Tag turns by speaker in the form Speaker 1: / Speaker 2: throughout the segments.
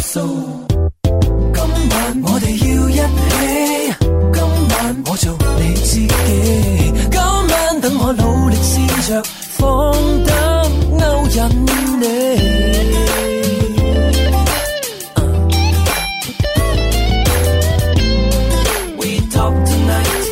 Speaker 1: 数。今晚我哋要一起，今晚我做你知己。今晚等我努力試着放膽勾引你。We talk tonight.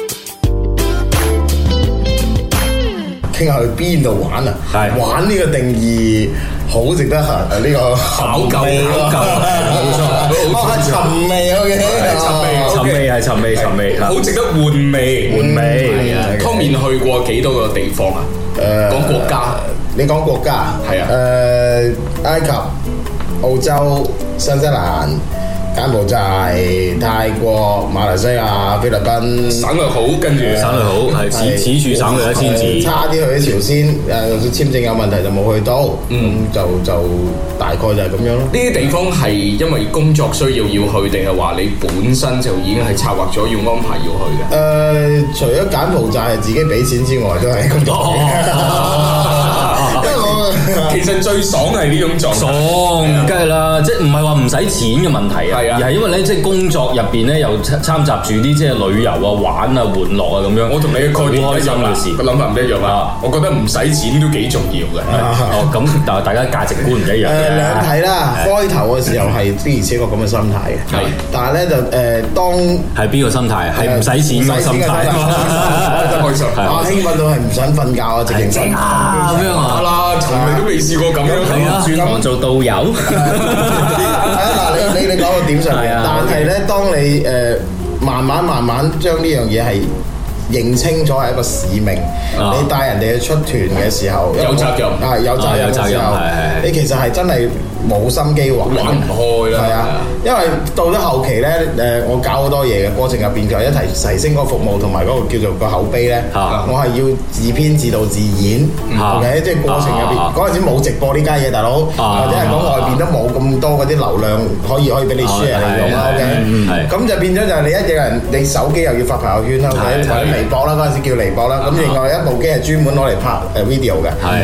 Speaker 2: 傾下去邊度玩啊？
Speaker 3: 係
Speaker 2: 玩呢個定義好值得行啊呢個
Speaker 3: 考究
Speaker 2: 尋味咯
Speaker 3: 考究冇 錯
Speaker 2: 哇尋味啊 OK，
Speaker 4: 哦尋味
Speaker 3: 尋味係尋味尋味，
Speaker 4: 好值得換味。嗯
Speaker 3: 換味
Speaker 2: 係啊。
Speaker 4: 湯面去過幾多個地方啊？
Speaker 2: 誒
Speaker 4: 講國家，
Speaker 2: 你講國家
Speaker 4: 係啊
Speaker 2: 誒埃及、澳洲、新西蘭、柬埔寨、泰國、馬來西亞、菲律賓。
Speaker 4: 省略好，跟住
Speaker 3: 省略好係此此處省略一千字，
Speaker 2: 哦差啲去咗朝鮮，誒簽證有問題就冇去到，
Speaker 3: 嗯
Speaker 2: 咁就就大概就係咁樣咯。
Speaker 4: 呢啲地方係因為工作需要要去，定係話你本身就已經係策劃咗要安排要去
Speaker 2: 誒、
Speaker 4: 嘅？
Speaker 2: 呃除咗柬埔寨係自己俾錢之外，都係咁多。
Speaker 3: 哦
Speaker 2: 因為 我
Speaker 4: 其實最爽係呢種狀
Speaker 3: 嗯爽
Speaker 4: 態，，
Speaker 3: 梗係啦，即係唔係話唔使錢嘅問題啊，
Speaker 4: 係啊
Speaker 3: 而係因為咧，即係工作入邊咧又參參雜住啲即係旅遊啊、玩啊、玩樂啊咁樣。
Speaker 4: 我同你嘅概念唔
Speaker 3: 好
Speaker 4: 一
Speaker 3: 開心啊
Speaker 4: 樣啦
Speaker 3: 嘅事，
Speaker 4: 個。諗法唔一樣啦。我覺得唔使錢都幾重要嘅。
Speaker 3: 哦，咁但係大家價值觀唔一樣
Speaker 2: 誒、
Speaker 3: 嘅。
Speaker 2: 呃兩睇啦，開頭嘅時候係的而且確咁嘅心態嘅，
Speaker 4: 係
Speaker 2: 但係咧就誒、呃當
Speaker 3: 係邊個心態啊？係唔使錢嘅心
Speaker 2: 唔使錢嘅心
Speaker 3: 態。
Speaker 2: 態
Speaker 4: 開心
Speaker 3: 係
Speaker 2: 啊興奮到係唔想瞓覺啊，直情瞓
Speaker 3: 啊咁樣
Speaker 4: 啊
Speaker 3: 啊，
Speaker 4: 啦，從嚟都未試過咁樣。
Speaker 3: 係啊，專行做導遊。
Speaker 2: 係啊嗱，你你你講到點上嚟
Speaker 3: 係啊，
Speaker 2: 但係咧，當你誒、呃慢慢慢慢將呢樣嘢係認清楚係一個使命，
Speaker 3: 啊
Speaker 2: 你帶人哋去出團嘅時候，
Speaker 4: 有責任
Speaker 2: 啊，有責任
Speaker 3: 啊有
Speaker 2: 嘅
Speaker 3: 責任
Speaker 2: 時候
Speaker 3: 係係，係
Speaker 2: 你其實係真係冇心機玩，
Speaker 4: 玩唔開啦
Speaker 2: 係啊，因為到咗後期咧，誒我搞好多嘢嘅過程入邊，就一提提升嗰個服務同埋嗰個叫做個口碑咧，
Speaker 3: 啊
Speaker 2: 我係要自編自導自演
Speaker 3: 啊
Speaker 2: ，OK，即係過程入邊
Speaker 3: 啊
Speaker 2: 嗰陣時冇直播呢家嘢，大佬，或
Speaker 3: 啊
Speaker 2: 者係講外邊都。冇咁多嗰啲流量可以可以俾你 share 嚟用啦
Speaker 3: 啊係
Speaker 2: ，OK，
Speaker 3: 嗯係
Speaker 2: 咁就變咗就係你一隻人，你手機又要發朋友圈啦，或
Speaker 3: 係
Speaker 2: 者或者微博啦，嗰陣時叫微博啦，咁另外一部機係專門攞嚟拍誒 video 嘅。
Speaker 3: 係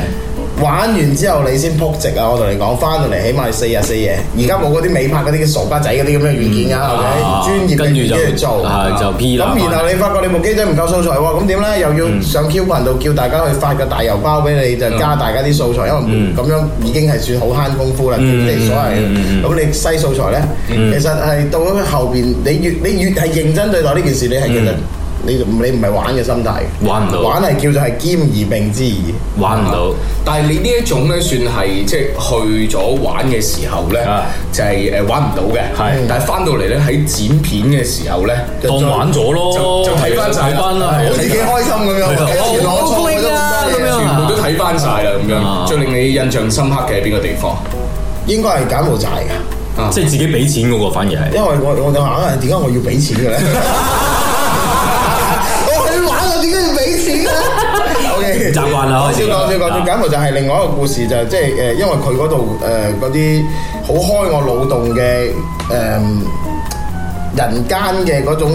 Speaker 2: 玩完之後你先撲直啊！我同你講，翻到嚟起碼四日四夜。而家冇嗰啲美拍嗰啲傻瓜仔嗰啲咁嘅軟件㗎
Speaker 3: 啊
Speaker 2: ，OK？專業嘅
Speaker 3: 跟住
Speaker 2: 軟
Speaker 3: 就
Speaker 2: 件去做，
Speaker 3: 係就 P 啦
Speaker 2: 咁然後你發覺你部機真係唔夠素材喎，咁點咧？又要上 Q 群度叫大家去發個大郵包俾你，就加大家啲素材，因為咁樣已經係算好慳功夫啦。
Speaker 3: 嗯
Speaker 2: 你所謂
Speaker 3: 嗯嗯
Speaker 2: 咁你西素材咧，其實係到咗後邊，你越你越係認真對待呢件事，你係其實你你唔係玩嘅心態，
Speaker 3: 嗯玩唔到
Speaker 2: 玩係叫做係兼而並之而。
Speaker 3: 玩唔到。
Speaker 4: 但係你呢一種咧，算係即係去咗玩嘅時候咧
Speaker 3: 啊，
Speaker 4: 就係誒玩唔到嘅。
Speaker 3: 係
Speaker 4: 但係翻到嚟咧喺剪片嘅時候咧，
Speaker 3: 當玩咗咯，
Speaker 4: 就就睇返晒
Speaker 3: 睇翻啦，係
Speaker 2: 我
Speaker 3: 啊
Speaker 2: 自己開心咁樣，我
Speaker 3: 係啊
Speaker 2: 一攞
Speaker 3: 好
Speaker 2: 錯
Speaker 3: 高
Speaker 2: 咗
Speaker 3: 興啊
Speaker 2: 咁多
Speaker 3: 咁
Speaker 2: 嘢
Speaker 3: 樣。
Speaker 4: 全部都睇翻晒啦，咁
Speaker 3: 啊
Speaker 4: 樣最令你印象深刻嘅係邊個地方？
Speaker 2: 應該係柬埔寨嘅，
Speaker 3: 即係自己俾錢嗰個反而係
Speaker 2: 因為我我就話啊，點解我要俾錢 嘅咧？我去玩，我點解要俾錢咧？OK，
Speaker 3: 習慣啦
Speaker 2: 講
Speaker 3: 開始
Speaker 2: 笑講笑講
Speaker 3: 啊
Speaker 2: 笑，
Speaker 3: 嗯
Speaker 2: 柬埔寨係另外一個故事，就係即係誒，因為佢嗰度誒嗰啲好開我腦洞嘅誒人間嘅嗰種。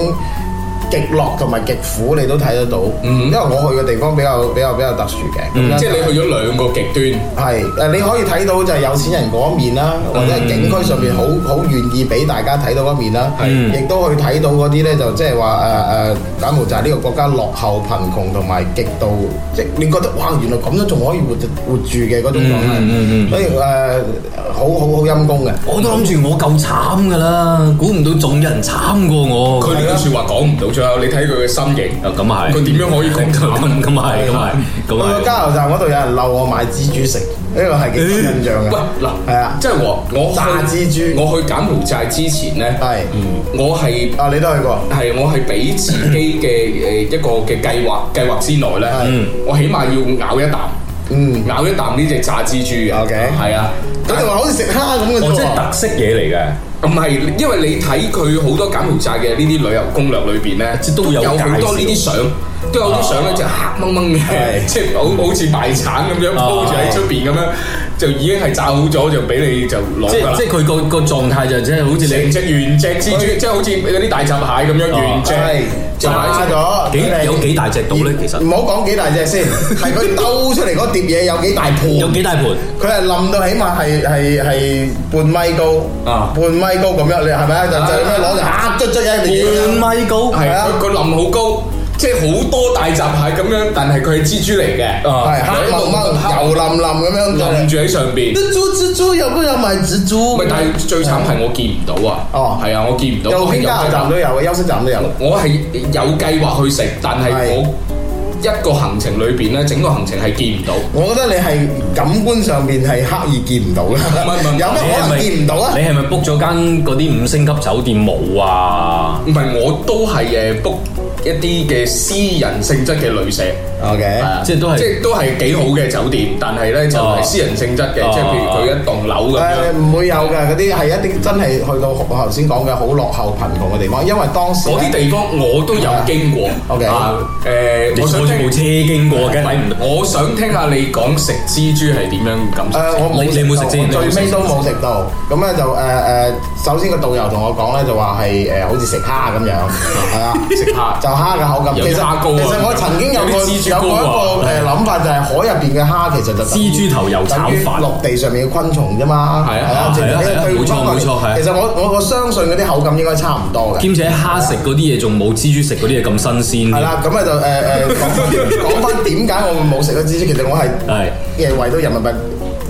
Speaker 2: 極樂同埋極苦你都睇得到，
Speaker 3: 嗯
Speaker 2: 因為我去嘅地方比較比較比較特殊嘅，咁樣
Speaker 4: 即係你去咗兩個極端。
Speaker 2: 係誒，你可以睇到就係有錢人嗰一面啦，
Speaker 4: 嗯
Speaker 2: 或者係景區上面好好願意俾大家睇到嗰一面啦，
Speaker 4: 嗯
Speaker 2: 亦都去睇到嗰啲咧就即係話誒誒柬埔寨呢個國家落後貧窮同埋極度即係你覺得哇原來咁都仲可以活得活住嘅嗰種狀
Speaker 4: 嗯
Speaker 2: 態，所以誒、好好好陰功嘅。
Speaker 3: 我都諗住我夠慘㗎啦，估唔到仲有人慘過我。
Speaker 4: 佢呢句説話講唔到出口，你睇佢嘅心形，
Speaker 3: 啊咁啊係，
Speaker 4: 佢點樣可以
Speaker 3: 咁
Speaker 4: 講
Speaker 3: 咁
Speaker 4: 慘？
Speaker 3: 咁啊係，咁啊係，
Speaker 2: 去
Speaker 3: 咁啊
Speaker 2: 到
Speaker 3: 係
Speaker 2: 加油站嗰度有人嬲我買蜘蛛食，呢個係幾深印象嘅。
Speaker 4: 喂，嗱，
Speaker 2: 係啊，
Speaker 4: 即係我我去
Speaker 2: 炸蜘蛛
Speaker 4: 我去柬埔寨之前咧，
Speaker 2: 係
Speaker 3: 嗯
Speaker 4: 我係
Speaker 2: 啊你都去過。
Speaker 4: 係我係俾自己嘅誒一個嘅計劃計劃之內咧
Speaker 2: 嗯，
Speaker 4: 我起碼要咬一啖，
Speaker 2: 嗯
Speaker 4: 咬一啖呢只炸蜘蛛嘅
Speaker 2: OK
Speaker 4: 係啊，
Speaker 2: 佢哋話好似食蝦咁嘅啫
Speaker 3: 哦，即
Speaker 2: 喎
Speaker 3: 係特色嘢嚟嘅，
Speaker 4: 唔係，因為你睇佢好多柬埔寨嘅呢啲旅遊攻略裏邊咧，
Speaker 3: 都有
Speaker 4: 好多呢
Speaker 3: 介
Speaker 4: 啲
Speaker 3: 紹
Speaker 4: 相，都有啲相咧就黑掹掹嘅，
Speaker 2: 係
Speaker 4: 即係好好似賣橙咁樣
Speaker 3: 啊
Speaker 4: 鋪住喺出邊咁樣，就已經係炸好咗，就俾你就
Speaker 2: 哦
Speaker 4: 攞
Speaker 3: 即
Speaker 4: 㗎啦
Speaker 3: 即。係佢個個狀態就即係好似
Speaker 4: 成
Speaker 3: 你
Speaker 4: 隻原隻蜘蛛，
Speaker 2: 佢
Speaker 4: 即係好似嗰啲大閘蟹咁樣原隻
Speaker 2: 係，
Speaker 4: 就擺
Speaker 2: 炸
Speaker 4: 出
Speaker 2: 咗，
Speaker 5: 幾
Speaker 2: 佢哋
Speaker 5: 有幾大隻到咧？其實
Speaker 2: 唔好講幾大隻先，係佢兜出嚟嗰碟嘢有幾大盤，
Speaker 3: 有幾大盤？
Speaker 2: 佢係冧到起碼係係係半米高，
Speaker 4: 啊
Speaker 2: 半米高咁樣，你係咪啊？就就咁樣攞就啊卒卒一定
Speaker 3: 半米高，
Speaker 2: 係啊
Speaker 4: 佢佢冧好高，即係好多大閘蟹咁樣，但係佢係蜘蛛嚟嘅，
Speaker 3: 啊
Speaker 2: 係黑掹
Speaker 4: vâng,
Speaker 2: 掹油冧冧咁樣
Speaker 4: 冧住喺上邊。
Speaker 2: 蜘蛛蜘蛛有冇有賣蜘蛛？
Speaker 4: 喂，但係最慘係我見唔到啊！
Speaker 2: 哦
Speaker 4: 係啊，我見唔到。
Speaker 2: 有
Speaker 4: 我係
Speaker 2: 邊加油站都有嘅，休息站都有。
Speaker 4: 我係有計劃去食，但係
Speaker 2: 係
Speaker 4: 我一個行程裏邊咧，整個行程係見唔到。
Speaker 2: 我覺得你係感官上面係刻意見唔到啦
Speaker 4: 唔係唔，係
Speaker 2: 有
Speaker 3: 你
Speaker 2: 乜
Speaker 3: 係
Speaker 2: 可能
Speaker 3: 咪
Speaker 2: 見唔到啊？
Speaker 3: 你係咪 book 咗間嗰啲五星級酒店冇啊？
Speaker 4: 唔係，我都係誒 ờ, book 一啲嘅私人性質嘅旅社。
Speaker 2: OK，
Speaker 4: 啊
Speaker 3: 即係都係
Speaker 4: 即係都係幾好嘅酒店，但係咧就
Speaker 3: 哦
Speaker 4: 係私人性質嘅，即係譬如佢一棟樓咁
Speaker 2: 誒
Speaker 4: 樣，
Speaker 2: 唔會有嘅，嗰啲係一啲真係去到我頭先講嘅好落後貧窮嘅地方，因為當時
Speaker 4: 嗰啲
Speaker 2: 咧
Speaker 4: 地方我都有經過。
Speaker 2: OK
Speaker 4: 啊誒，
Speaker 3: 你
Speaker 4: 我
Speaker 3: 坐
Speaker 4: 想
Speaker 3: 住部
Speaker 4: 聽
Speaker 3: 車經過，梗係睇唔到。
Speaker 4: 我想聽下你講食蜘蛛係點樣感
Speaker 2: 誒、
Speaker 4: 受先？
Speaker 2: 我冇
Speaker 3: 你你冇食先
Speaker 2: 到我最尾都冇食到。咁咧就誒誒、首先個導遊同我講咧就話係誒好似食蝦咁樣，係 啊，
Speaker 4: 食蝦
Speaker 2: 就蝦嘅口感。
Speaker 4: 有
Speaker 2: 其實
Speaker 4: 蝦膏啊
Speaker 2: 其實我曾經有個
Speaker 4: 有啲蜘蛛
Speaker 2: 有過
Speaker 4: 膏啊
Speaker 2: 一個誒諗法就係海入邊嘅蝦其實就等於
Speaker 3: 蜘蛛頭油炒
Speaker 2: 等於
Speaker 3: 飯
Speaker 2: 陸地上面嘅昆蟲啫嘛。
Speaker 4: 係啊
Speaker 2: 其實
Speaker 3: 係啊
Speaker 2: 呢
Speaker 3: 係啊
Speaker 2: 個對
Speaker 3: 冇錯
Speaker 2: 方法
Speaker 3: 冇錯係啊
Speaker 2: 其實我我我相信嗰啲口感應該差唔多嘅。
Speaker 3: 兼且蝦食嗰啲嘢仲冇蜘蛛食嗰啲嘢咁新鮮
Speaker 2: 係
Speaker 3: 添。
Speaker 2: 啦，咁咧就誒誒講 講翻點解我會冇食咗蜘蛛？其實我係
Speaker 3: 係
Speaker 2: 誒為到人民幣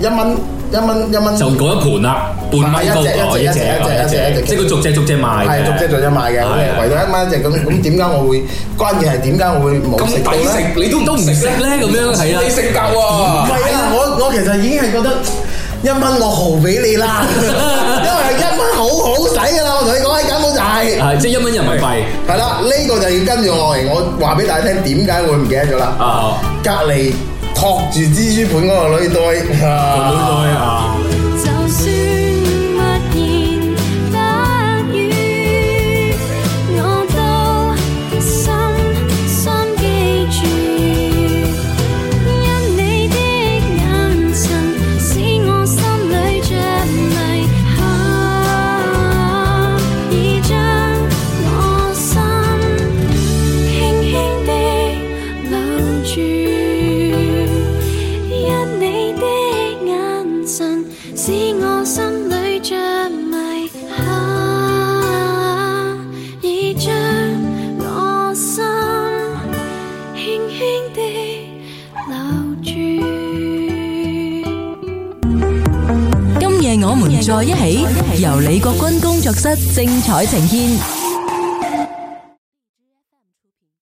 Speaker 2: 一蚊一蚊一蚊
Speaker 3: 就嗰一盤啦，半米高
Speaker 2: 買
Speaker 3: 哦
Speaker 2: 一隻一隻一隻一隻一隻
Speaker 3: 即係佢逐隻逐隻賣嘅
Speaker 2: 係逐隻逐隻賣嘅，咁
Speaker 3: 係啊
Speaker 2: 圍到一蚊一隻咁，咁點解我會？關鍵係點解我會冇食
Speaker 4: 咁
Speaker 2: 到
Speaker 4: 抵食
Speaker 2: 咧？
Speaker 4: 你都
Speaker 3: 都唔食咧咁樣係啊
Speaker 4: 你性格
Speaker 2: 唔
Speaker 4: 喎。
Speaker 2: 係啊，我我其實已經係覺得一蚊我豪俾你啦，因為一蚊好好使噶啦，我同你講喺柬埔寨。
Speaker 3: 係即係一蚊人民幣
Speaker 2: 係啦，呢個就要跟住我嚟，我話俾大家聽點解會唔記得咗啦。
Speaker 3: 啊，
Speaker 2: 隔離托住蜘蛛盤嗰個女袋，
Speaker 3: 好
Speaker 2: 啊
Speaker 3: 耐啊，
Speaker 6: 就算默然不語，我都深深記住。因你的眼神，使我心裏着迷，可以將我心輕輕地留住。因你的眼神，使我心裏着迷，可以將我心輕輕地留住。
Speaker 7: 今夜我們在一起，由李國君工作室精彩呈現。